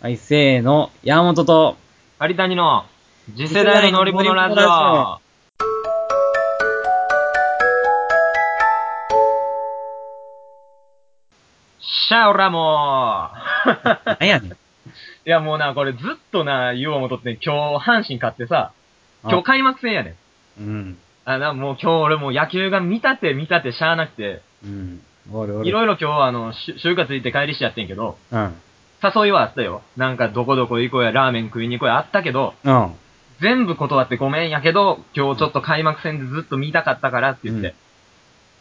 はい、せーの、山本 と、有谷の次世代の乗り物ラジオ。シャオラモーなんやねん。いやもうな、これずっとな、言おうもとって今日阪神買ってさ、今日開幕戦やねん。うん。あ、な、もう今日俺もう野球が見たて見たてしゃあなくて、うん。おるおる。いろいろ今日あの、し就活行って帰りしやってんけど、うん。誘いはあったよ。なんかどこどこ行こうや、ラーメン食いに行こうや、あったけど、うん。全部断ってごめんやけど、今日ちょっと開幕戦でずっと見たかったからって言って。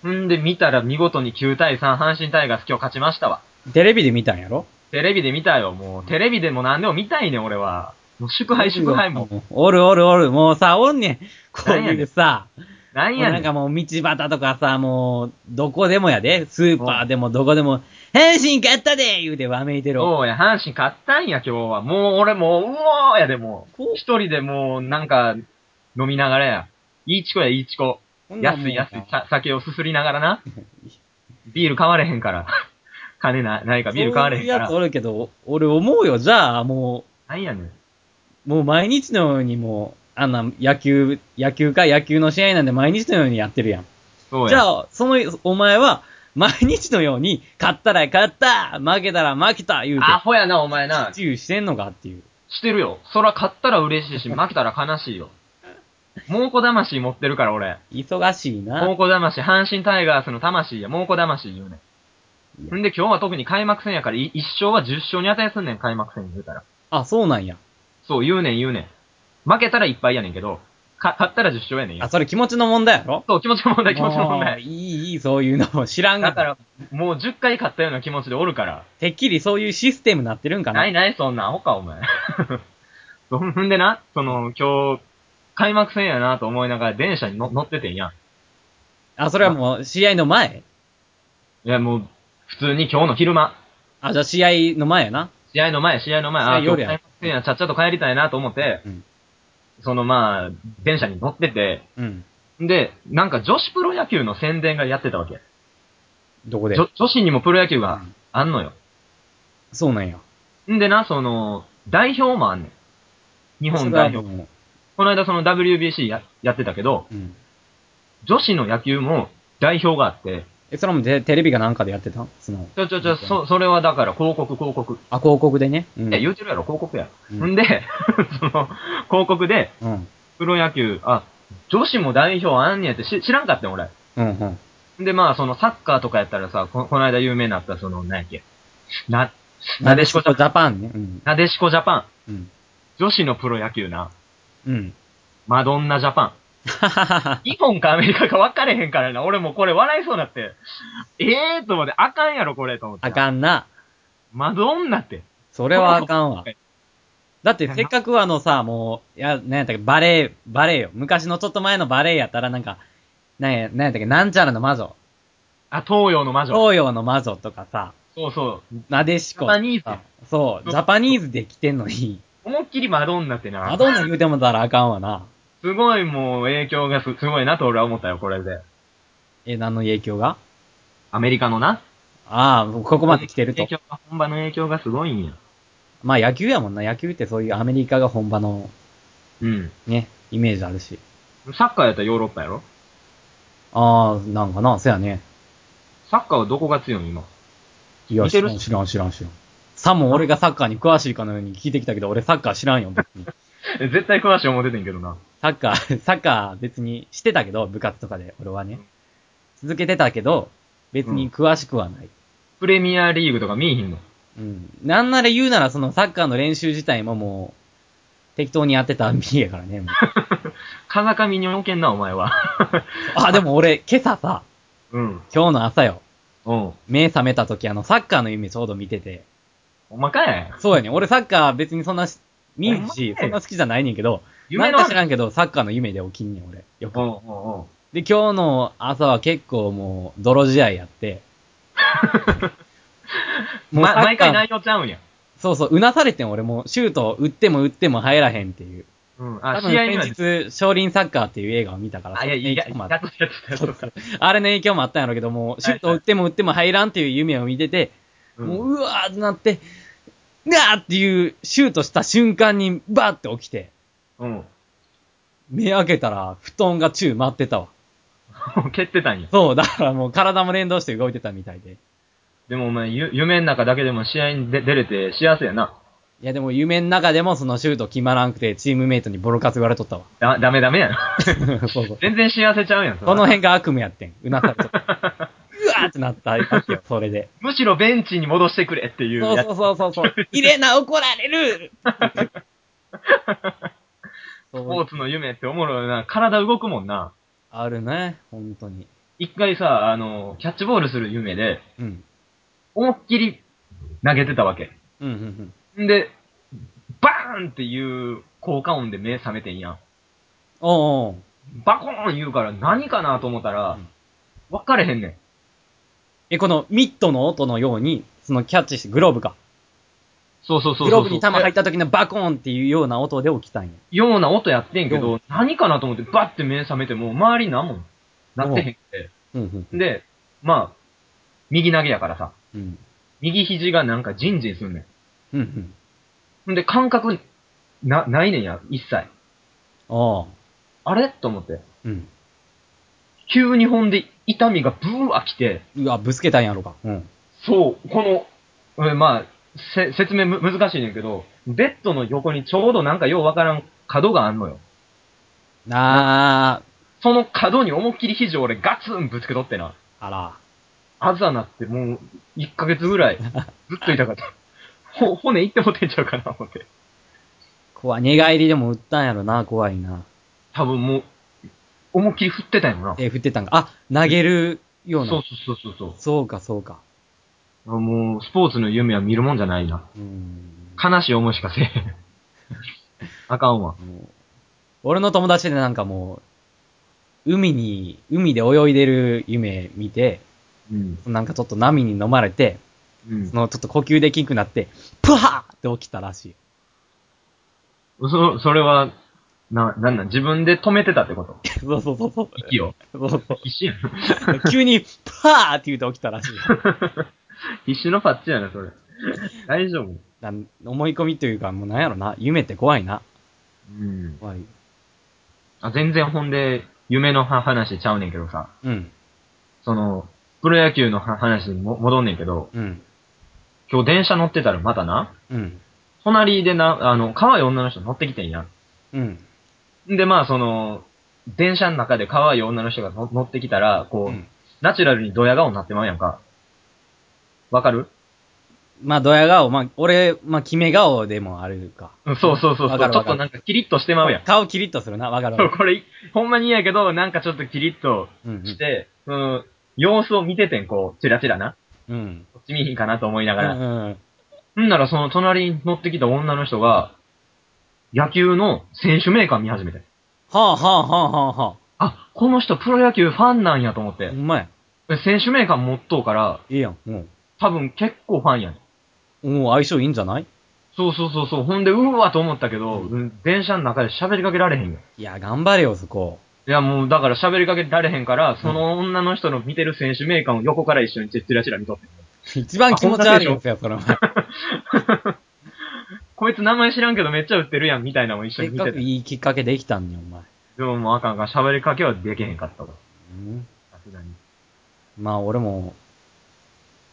んで、見たら見事に9対3、阪神タイガース今日勝ちましたわ。テレビで見たんやろテレビで見たよ、もう。テレビでも何でも見たいねん、俺は。もう祝杯祝杯も。。おるおるおる。もうさ、おんねん。こうなんやいねうんさ、なんやもうねなんかん。もう道端とかさ、もう、どこでもやで。スーパーでもどこでも、変身買ったで言うてわめいてる。そうや、阪神勝ったんや、今日は。もう俺もう、うおーやでもうこう。一人でもう、なんか、飲みながらや。いいチコや、いいチコ。ほんならもう安い安いさ酒をすすりながら な。ビール買われへんから。 金な、ないからビール買われへんかそういうやつおら。るけど、俺思うよ。じゃあ、もなんやねん。う、もう毎日のようにもう、あんな野球、野球か野球の試合なんで毎日のようにやってるやん。そうや。じゃあ、その、お前は、毎日のように、勝ったら勝った負けたら負けた言うて、アホやな、お前な。注意してんのかっていう。してるよ。そら勝ったら嬉しいし、負けたら悲し いよ。猛虎魂持ってるから、俺。忙しい猛な。虎魂、阪神タイガースの魂や、猛虎魂言うねいやん。んで、今日は特に開幕戦やから、い一勝は10勝に値すんねん、開幕戦言うたら。あ、そうなんや。そう、言うねん、言うねん。負けたらいっぱいやねんけど、か勝ったら10勝やねんよあ、。それ気持ちの問題やろそう、気持ちの問題、気持ちの問もう題。いい、いい、そういうの。知らんだがかな。ら、もう10回勝ったような気持ちでおるから。てっきりそういうシステムなってるんかな。ないない、そんな、アホか、お前。 そんでな、その、今日、開幕戦やなと思いながら電車にの乗っててんやん。いあ、それはもう、試合の前や、もう、普通に今日の昼間、あ、じゃあ試合の前やな。試合の前、試合の前、試合あ、今夜日や開幕戦や、ちゃっちゃと帰りたいなと思って、うん。そのまあ、電車に乗ってて、うん。で、なんか女子プロ野球の宣伝がやってたわけ。どこで女女子にもプロ野球うがんあんのよ。そうなんや。んでな、その、代表もあんねん。日本代表。表。この間その WBC ややってたけど、うん。女子の野球も代表があって、え、それもテテレビかなんかでやってたその、ちょちょちょ、そ、それはだから広告、広告。あ、広告でね。うん。いや、言うてるやろ、広告や。うんんで、 その、広告で、うん。プロ野球、あ、女子も代表あんねやってし知らんかったよ、俺。うん、うん。んで、まあ、その、サッカーとかやったらさ、ここの間有名になった、その、何やっけ。な、なでしこジャジャパンね。うん。なでしこジャパうン。ん。女子のプロ野球な。うん。 マドンナジャパははははン。日本かアメリカか分かれへんからな。俺もうこれ笑いそうになって。ええー、と思って、あかんやろ、これ、と思って。あん。かんな。マドンナって。それはあかんわ。だってなせっかくあのさ、もう、いや、なんやったっけ、バレエ、バレエよ。昔のちょっと前のバレエやったらなんか、なんや、なんやったっけ、なんちゃらの魔女。あ、東洋の魔女。東洋の魔女とかさ、そうそう。なでしことか。ジャパニーそう、ジャパニーズで来てんのに、思いっきりマドンナってな。マドンナ言うてもたらあかんわな。すごいもう影響がすすごいなと俺は思ったよ、これで。え、何の影響がアメリカのな。ああ、ここまで来てると影。響が、本場の影響がすごいんや。まあ野球やもんな。野球ってそういうアメリカが本場のうん。ね、イメージあるし。サッカーやったらヨーロッパやろああ、なんかな、そやね。サッカーはどこが強いの今。いや、似知てらるん、知らん、知らん、知らん。さも俺がサッカーに詳しいかのように聞いてきたけど、俺サッカー知らんよ、別 に。え絶対詳しい思っててんけどな。サッカー、サッカー別にしてたけど、部活とかで、俺はね。続けてたけど、別に詳しくはない。プレミアリーグとか見えへんの。うん。なんなら言うなら、そのサッカーの練習自体ももう、適当にやってたみやからね。もう 風上に置けんな、お前は。あ、でも俺、今朝さ、うん。今日の朝よ、うん。目覚めた時あの、サッカーの夢ちょうど見てて、お前かい。そうやね。俺サッカー別にそんなし、見んし、ほんまかいそんな好きじゃないねんけど、な夢んのか知らんけど、サッカーの夢で起きんねん、俺。ようんうく。んうん。で、今日の朝は結構もう、泥試合やって。もうサま、ッカー毎回内容ちゃうんや。そうそう、うなされてん、俺もう。シュート、打っても打っても入らへんっていう。うん。多あ、分試合には先。日、少林サッカーっていう映画を見たから、あ、いやいや、そやっの影響もとあやっっててたやそうつそうあれの影響もあったんやろうけど、もう、シュート打っても打っても入らんっていう夢を見てて、うんもう、うわーってなって、なあっていうシュートした瞬間にバーって起きて、うん。目開けたら布団が宙舞ってたわ。蹴ってたんや。そう、だからもう体も連動して動いてたみたいで。でもお前、ゆ夢の中だけでも試合に出出れて幸せやな。いやでも夢の中でもそのシュート決まらんくてチームメイトにボロカス言われとったわ。 だ、ダメダメやん。そうそう。 全然幸せちゃうやん、それこの辺が悪夢やってん。うなされとった。うわーってなったわけよ、それで。むしろベンチに戻してくれっていうそうやつ。そうそうそうそう。入れな、怒られるスそポうーツの夢っておもろいな。体動くもんな。あるね、本当に。一回さ、あの、キャッチボールする夢で、うん。思いっきり投げてたわけ。うん、うん、うん。んで、バーンっていう効果音で目覚めてんやん。おうおうバコーン言うから何かなと思ったうらん、分かれへんねん。え、このミットの音のように、そのキャッチして、グローブか。そうそうそうそう。グローブに球入っった時のバコーンっていうような音で起きたんや。ような音やってんけうど、何かなと思ってバッて目覚めても、周りなんもん。なってへんって。うん、うんで、まあ、右投げやからさ、うん。右肘がなんかジンジンすんねうん、うん。ん。んで、感覚、な、ないねんや、一切。おうあれと思って。うん。急にほんで痛みがブワー来て、うわ、ぶつけたんやろか。うん。そう、この、えまあ、せ説明む難しいねんけど、ベッドの横にちょうどなんかようわからん角があんのよ。なその角に思いっきり肘を俺ガツンぶつけとってな。あ、あら。あざなってもう1ヶ月ぐらいずっと痛かった。ほ骨いってもてんちゃうかな思って。怖い。寝返りでも打ったんやろな、怖いな。多分もう、思いっきり振ってたんやろな。え、振ってたんか。あ、投げるよそううな。そうそうそうそうそうか、そうか。あ。もう、スポーツの夢は見るもんじゃないな。うん。悲しい思いしかせえへん。あかんわ。もう俺の友達でなんかもう、海に、海で泳いでる夢見て、うん。なんかちょっと波に飲まれて、うんそ。のちょっと呼吸できんくなって、プハーって起きたらしい。そ、それは、な、なんなん自分で止めてたってことそうそうそうそう。息を。そうそ必死やん。う急に、プハーって言うて起きたらしい。必死のパッチやな、それ。大丈夫。なん思い込みというか、もうなんやろな。夢って怖いな。うん。怖い。あ、全然ほんで、夢のは話ちゃうねんけどさ。うん。その、プロ野球のは話にも戻んねんけど、うん。今日電車乗ってたらまたな、うん。隣でな、あの、可愛い女の人乗ってきてんやうん。ん。んで、まあ、その、電車の中で可愛い女の人がの乗ってきたら、こう、うんナチュラルにドヤ顔になってまうやんか。わかるまあ、ドヤ顔、まあ、俺、まあ、決め顔でもあるか。うんそうそうそうそわう。かるちょわっかるとなんかキリッとしてまうやん。顔キリッとするな、わかるそわう、かこれ、ほんまに嫌やけど、なんかちょっとキリッとる。うんして、その、様子を見ててん、こう、チラチラな。うん。うん。こっち見ひんかなと思いなだがら。うん。うんなら、その隣に乗ってきた女の人が、野球の選手メーカー見始めて。はあはあはあはあはあ、この人プロ野球ファンなんやと思っあ。てう。まい。選手メーカー持っとうから、いいやん。うん。多分結構ファンやねん。もう相性いいんじゃないそうそうそうそう。ほんで、うわと思ったけど、うん電車の中で喋りかけられへんよ。いや、頑張れよ、そこ。いや、もう、だから喋りかけられへんから、その女の人の見てる選手名鑑を横から一緒にチラチラ見とって。一番気持ち悪いやつや、それ は。こいつ名前知らんけどめっちゃ売ってるやん、みたいなのも一緒せっに見かてくて。いいきっかけできたんに、お前。でももうあかんあかん、喋りかけはできへんかったわ。うん。さすがに。まあ、俺も、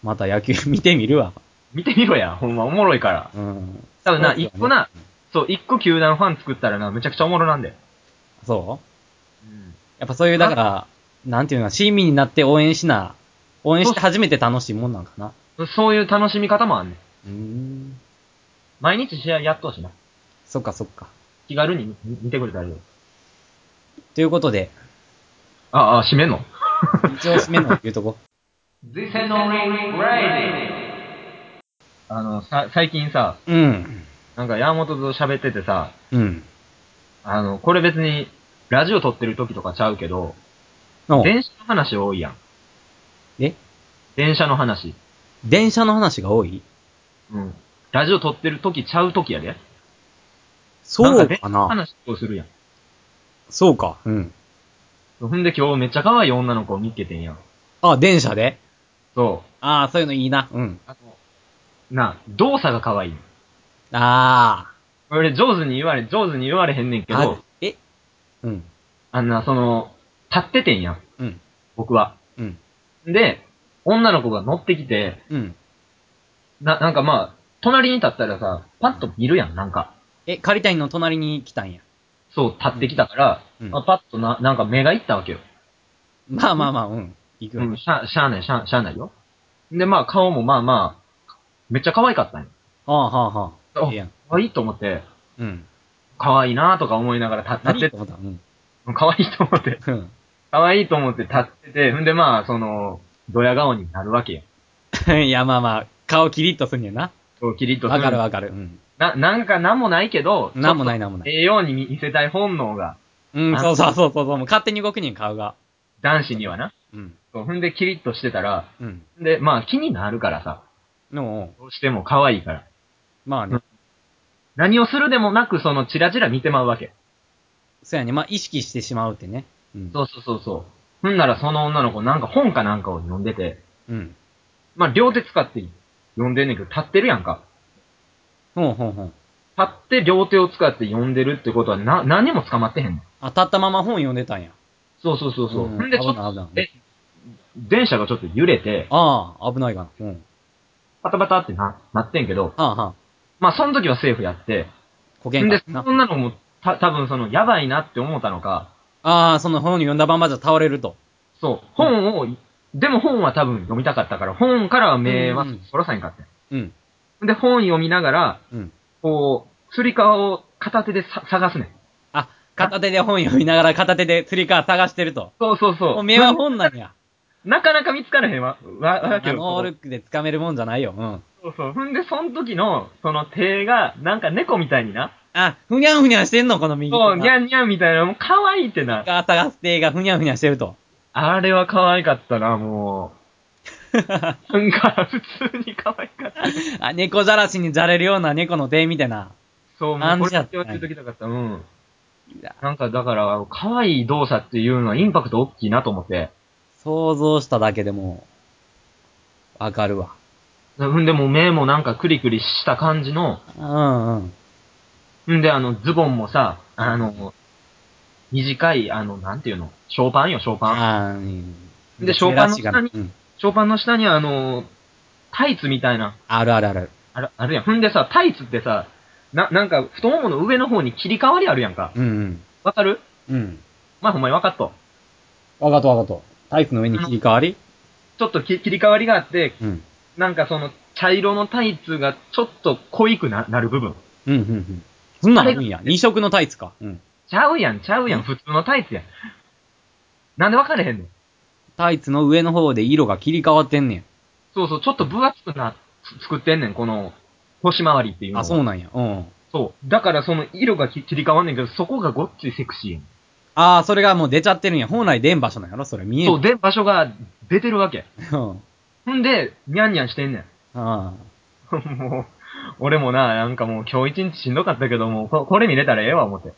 また野球見てみるわ。見てみろや、ほんま、おもろいから。うん。多分な、そうだよね一個な、そう、一個球団ファン作ったらな、めちゃくちゃおもろなんで。そううん。やっぱそういう、だから、なんていうの、市民になって応援しな、応援して初めて楽しいもんなんかな。そういう楽しみ方もあんねん。うん。毎日試合やっとうしな。そっかそっか。気軽に見見てくれたらいいよ。ということで、ああ、閉めんの一応締めの言うとこ。あの、さ、最近さ、 うん。なんか山本と喋っててさ、うん。あの、これ別に、ラジオ撮ってる時とかちゃうけど、の電車の話多いやん。え電車の話。電車の話が多いうん。ラジオ撮ってる時ちゃう時やで。そう電か車なの話をするやん。そうか。うん。ほんで今日めっちゃ可愛い女の子を見っけてんやん。あ、電車でそう。ああ、そういうのいいな。うん。あの、なあ、動作が可愛い。あ俺、上手に言われ、上手に言われへんねんけあ。どは、えうん。あんな、その、立っててんやん、うん。僕は。うん。で、女の子が乗ってきて、うん。な、なんかまあ、隣に立ったらさ、パッと見るやん、なんか。え、借りたいの隣に来たんや。そう、立ってきたから、うんまあ、パッとな、なんか目がいったわけよ。まあまあまあ、うん。行くうわ。ん、しゃ、しゃあない、しゃ、しゃあないよ。で、まあ、顔もまあまあ、めっちゃ可愛かったんよ。ああ、はあ、はあ。あええやん。可愛いと思って、うん。可愛いなとか思いながら立何立言っってて、思ったうん。可愛いと思って、うん。可愛いと思って立ってて、んでまあ、その、ドヤ顔になるわけよ。 いや、まあまあ、顔キリッとすんねんな。そう、キリッとすわる。かるわかる。うん。な、なんかなんもないけど、なんもい。ないなんもない。ええように見せたい本能が、うん、あそうそうそうそうそう。もう勝手に動くねん、顔が。男子にはな。うん。そう、んでキリッとしてたら、うん。で、まあ気になるからさ、でも、どうしても可愛いから。まあね。うん何をするでもなく、その、チラチラ見てまうわけ。そうやね。まあ、意識してしまうってね。うん。そうそうそうそう。ほんならその女の子、なんか本かなんかを読んでて、うん。まあ両手使って読んでんねんけど、立ってるやんか。ほうほうほう。立って両手を使って読んでるってことは、な、何にも捕まってへんねん。当たったまま本読んでたんや。そうそうそうそう。んほんで、ちょっ危ない危ないと、え、電車がちょっと揺れて、ああ、危ないかな。うん。パタパタってな、なってんけど、はあはあ。まあその時はセーフやって、保ん険でか、そな。んなのも、た、多分その、やばいなって思ったのか、ああ、その本読んだまんまじゃ倒れると。そう、本を、でも本は多分読みたかったから、本からは目はうんうんそらさへんかったようん。で、本読みながら、うん。こう、釣り革を片手でさ探すねん。あ、片手で本読みながら片手で釣り革探してると。そうそうそもうう。目は本なんや。なかなか見つからへんわ。わ、わあけよ。のルックで掴めるもんじゃないよ。うん。そうそう。ほんで、その時の、その手が、なんか猫みたいにな。あ、ふにゃんふにゃんしてんのこの右手そが。う、ニャンニャンみたいな、もう可愛いってな。が探す手がふにゃんふにゃんしてると。 あれは可愛かったな、もう。なんか、普通に可愛かった。あ、猫じゃらしにじゃれるような猫の手みたいな。そう、もあうんこじれゃって言われてきたかった。うん。なんか、だから、可愛い動作っていうのはインパクト大きいなと思って。想像しただけでもう、わかるわ。うんで、もう目もなんかクリクリした感じの、うんうん。んで、あの、ズボンもさ、あの、短い、あの、なんていうの、ショーパンよ、ショーパあン。ーうん。でショーパン珍の下にしいかなうん。ショーパンの下にあの、タイツみたいな、あるあるある。ある、あるやん。ほんでさ、タイツってさ、な、なんか、太ももの上の方に切り替わりあるやんか。うんうん。わかるうん。まあ、ほんまにわかっと。わかとわかと。タイツの上に切り替わりちょっとき切り替わりがあって、うん。なんかその、茶色のタイツがちょっと濃いくな、なる部分。うんうんうん。そんなんあるんや。二色のタイツか。うん。ちゃうやん、ちゃうやん、普通のタイツやん。なんでわかれへんのタイツの上の方で色が切り替わってんね。そうそう、ちょっと分厚くな、つ作ってんねん、この、腰回りっていうんのをあ、そうなんや。うん。そう。だからその色がき切り替わんねんけど、そこがごっついセクシーやん。ああ、それがもう出ちゃってるんや。本来出ん場所なんやろそれ見えそう、る。で、場所が出てるわけ。そう。ん。ほんで、ニャンニャンしてんね あん。もう、俺もな、なんかもう今日一日しんどかったけども、ここれ見れたらええわ、思って。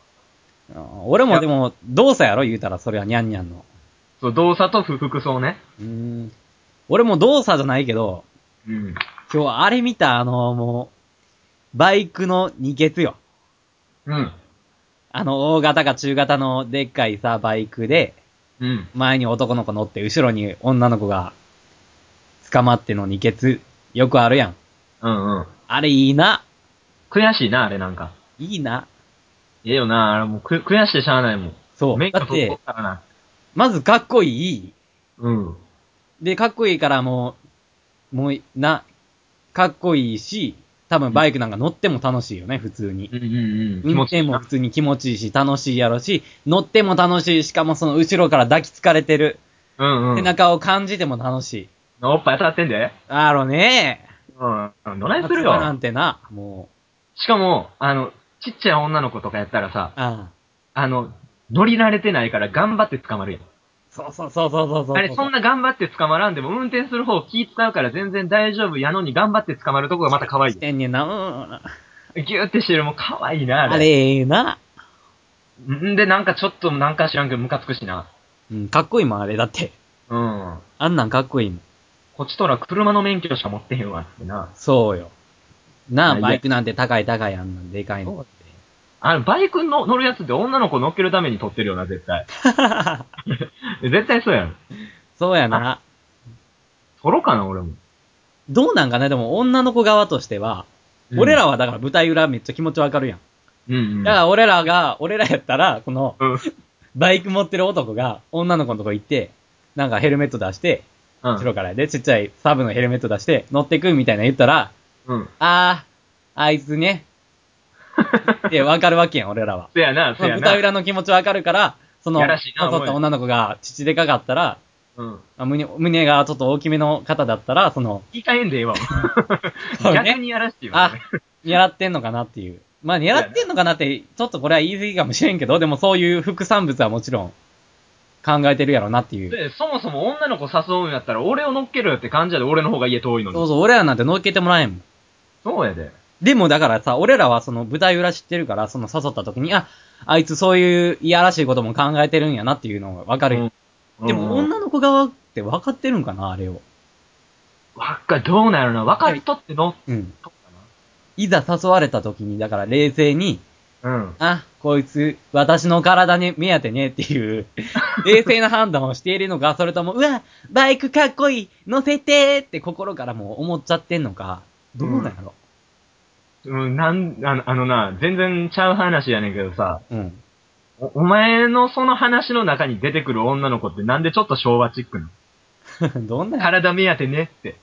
あ。俺もでも、動作やろ言うたら、それはニャンニャンの。そう、動作と服服装ね。うーん。俺も動作じゃないけど、うん。今日あれ見た、あの、もう、バイクの二欠よ。うん。あの、大型か中型のでっかいさ、バイクで、うん。前に男の子乗って、後ろに女の子が、捕まっての二欠。よくあるやん。うんうん。あれいいな。悔しいな、あれなんか。いいな。ええよな、あれもうく悔しいしゃあないもん。そう。免だ許っ取っとてっ、たらな。まずかっこいい。うん。で、かっこいいからもう、もう、な、かっこいいし、多分バイクなんか乗っても楽しいよね、普通にう。んうんうん。気運持転ちいいもな普。通に気持ちいいし、楽しいやろし、乗っても楽しい、しかもその後ろから抱きつかれてる、うんう背ん。中を感じても楽しい。おっぱい当たってんで。あろねうん。どないえ。す夏る場なよ。んてな、もしかも、あの、ちっちゃい女の子とかやったらさう、、ああ。あの、乗り慣れてないから頑張って捕まるやん。そうそうそうそうそうそう。あれ、そんな頑張って捕まらんでも、運転する方気使うから全然大丈夫やのに頑張って捕まるとこがまた可愛してんねんな、うん。い。ギューってしてる、もう可愛いな、あれ。あれ、ええな。んで、なんかちょっと、なんか知らんけど、ムカつくしな。うん、かっこいいもん、あれ。だって。うん。あんなんかっこいいもん。こっちとら車の免許しか持ってへんわ、ってな。そうよ。なあ、はいバイクなんて高い高いあんなんでかいの。あの、バイクの乗るやつって女の子乗っけるために撮ってるよな、絶 対。絶対そうやん。そうやな。撮ろうかな、俺も。どうなんかね、でも女の子側としては、う ん俺らはだから舞台裏めっちゃ気持ちわかるやん。うんうん。だから俺らが、俺らやったら、この、うん。バイク持ってる男が女の子のとこ行って、なんかヘルメット出して、後ろからで、ちっちゃいサブのヘルメット出して、乗ってくみたいな言ったら、うん。うん。あー、あいつ ね。ってわかるわけやん、俺らは。せやな、ませあや舞台な。裏の気持ちわかるから、その、やらしいな誘った女の子が父でかかったら、うん。あ胸胸がちょっと大きめの方だったら、その、いい加減でええわ。 そうね逆にやらしてよ。あ、狙ってんのかなっていう。まあ、狙ってんのかなって、ちょっとこれは言い過ぎかもしれんけど、でもそういう副産物はもちろん考えてるやろうなっていう。で、そもそも女の子誘うんやったら俺を乗っけるよって感じやで、俺の方が家遠いのそうに。そう、俺らなんて乗っけてもらえんもん。そうやで。でもだからさ、俺らはその舞台裏知ってるから、その誘った時に、あ、あいつそういういやらしいことも考えてるんやなっていうのがわかるよ、でもうん女の子側って分かってるんかな、あれを。わっか、どうなるな。分かっとって乗っうん。とっいざ誘われた時に、だから冷静に、たな。うん。あ、こいつ、私の体に目当てねって いう、冷静な判断をしているのか、それとも、うわ、バイクかっこいい、乗せてって心からもう思っちゃってんのか、どうなんやろ。うん、なん、あのあのな、全然ちゃう話やねんけどさ、うん。おお前のその話の中に出てくる女の子ってなんでちょっと昭和チックな のどんなんやろ体目当てね って。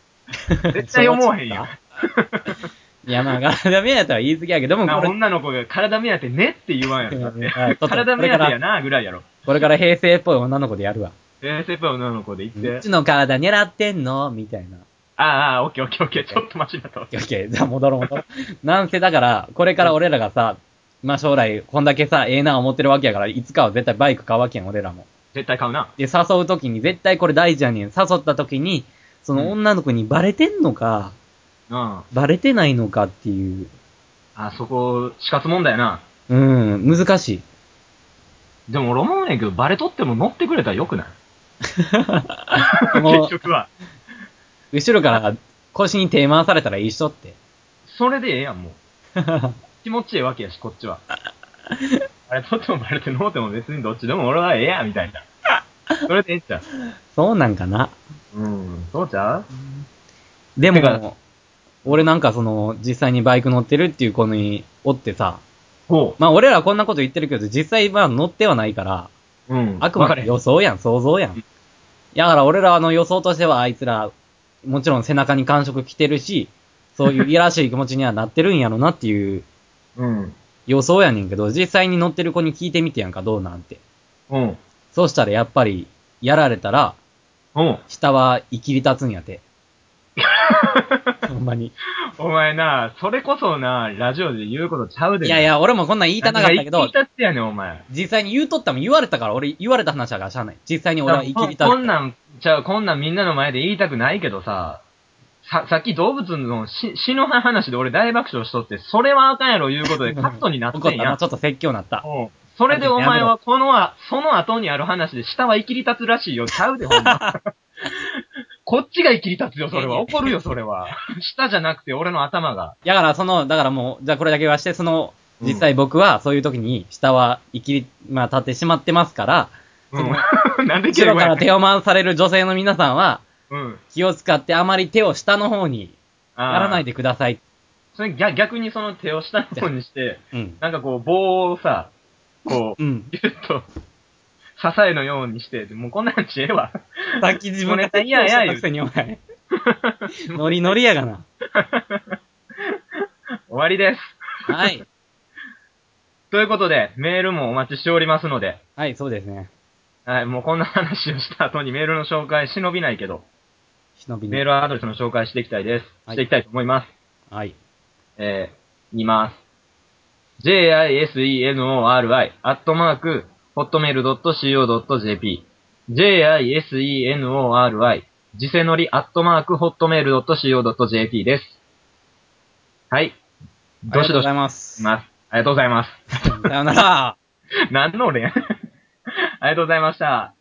絶対思わへんやん。 いや、まあ、体目当ては言い過ぎやけど、でもなこれ、女の子が体目当てねって言わんやろ。だっ てはいちょっと体目当てやなぐらいやろ。これから平成っぽい女の子でやるわ。えー、セパ女の子で言うってち。の体狙ってんのみたいな。ああ、ああ、オッケーオッケーオッケー。ちょっと待ちだとオ。ッケーオッケーじゃあ戻ろう戻ろう。なんせだから、これから俺らがさ、まあ将来、こんだけさ、ええな思ってるわけやから、いつかは絶対バイク買うわけやん、俺らも。絶対買うな。で、誘うときに、絶対これ大事やねん。誘ったときに、その女の子にバレてんのか、うん。あバレてないのかっていう。そこ、死活問題やな。うん、難しい。でも俺思うねんけど、バレとっても乗ってくれたらよくないも 結う、局は。後ろから腰に手回されたら一緒って。それでええ やん、もう。気持ちいいわけやし、こっちは。あれ、とってもバレて飲うても別にどっちでも俺はええや、みたいな。それでええじゃん。そうなんかな。うん、そうちゃうでてかも、俺なんかその、実際にバイク乗ってるっていう子におってさ、ほまあ俺らはこんなこと言ってるけど、実際まあ乗ってはないから、う。うん。あくまわかでれ予想やん、想像やうんん。だから俺らの予想としてはあいつら、もちろん背中に感触来てるし、そういういやらしい気持ちにはなってるんやろなっていううん。予想やねんけど、実際に乗ってる子に聞いてみてやんか、どうなんて。うん。そうしたらやっぱり、やられたら、うん。下は生きり立つんやて。ほんまに。お前な、それこそな、ラジオで言うことちゃうで。いやい、や、俺もこんなん言いたなかったけ言どい、たってやねん、お前。実際に言うとったもん言われたから、俺言われた話だからしゃあない。実際に俺は生きり立つ。こんなん、ちゃう、こんなんみんなの前で言いたくないけどさ、さ、さっき動物の死死の話で俺大爆笑しとって、それはあかんやろ言うことでカットになって怒っんたやな、。ちょっと説教なった。うんそれでお前はこのあ、その後にある話で下は生きり立つらしいよ。ちゃうで、ほん ま。こっちが生きり立つよ、それは。怒るよ、それは。下じゃなくて俺の頭が。だから、その、だからもう、じゃあこれだけ言わして、その、うん実際僕はそういう時に、下は生きり、まあ、立ってしまってますから、うそのん。 なんで後敬ろ語かやらねん手を回される女性の皆さんは、うん。気を使ってあまり手を下の方にやあらないで。でください。それ逆逆にその手を下の方にして、うん。なんかこう棒をさ、こうう、ん。ぎゅっと、支えのようにして、もうこんなんちええわ。さっき自分がごめんなさいいやいや説教したくせにお前。ノリノリやがな。終わりです。はい。ということで、メールもお待ちしておりますので、はい、そうですね。はい、もうこんな話をした後にメールの紹介忍びないけど、忍びにメールアドレスの紹介していきたいです。はいしていきたいと思います。はい。えー、言います。jisenori, アットマーク、hotmail.co.jp。jisenori, 自せのり、アットマーク、hotmail.co.jp です。はありい。どがしとうどごしざいまます。す。ありがとうございます。 さよなら。何の俺や ありがとうございました。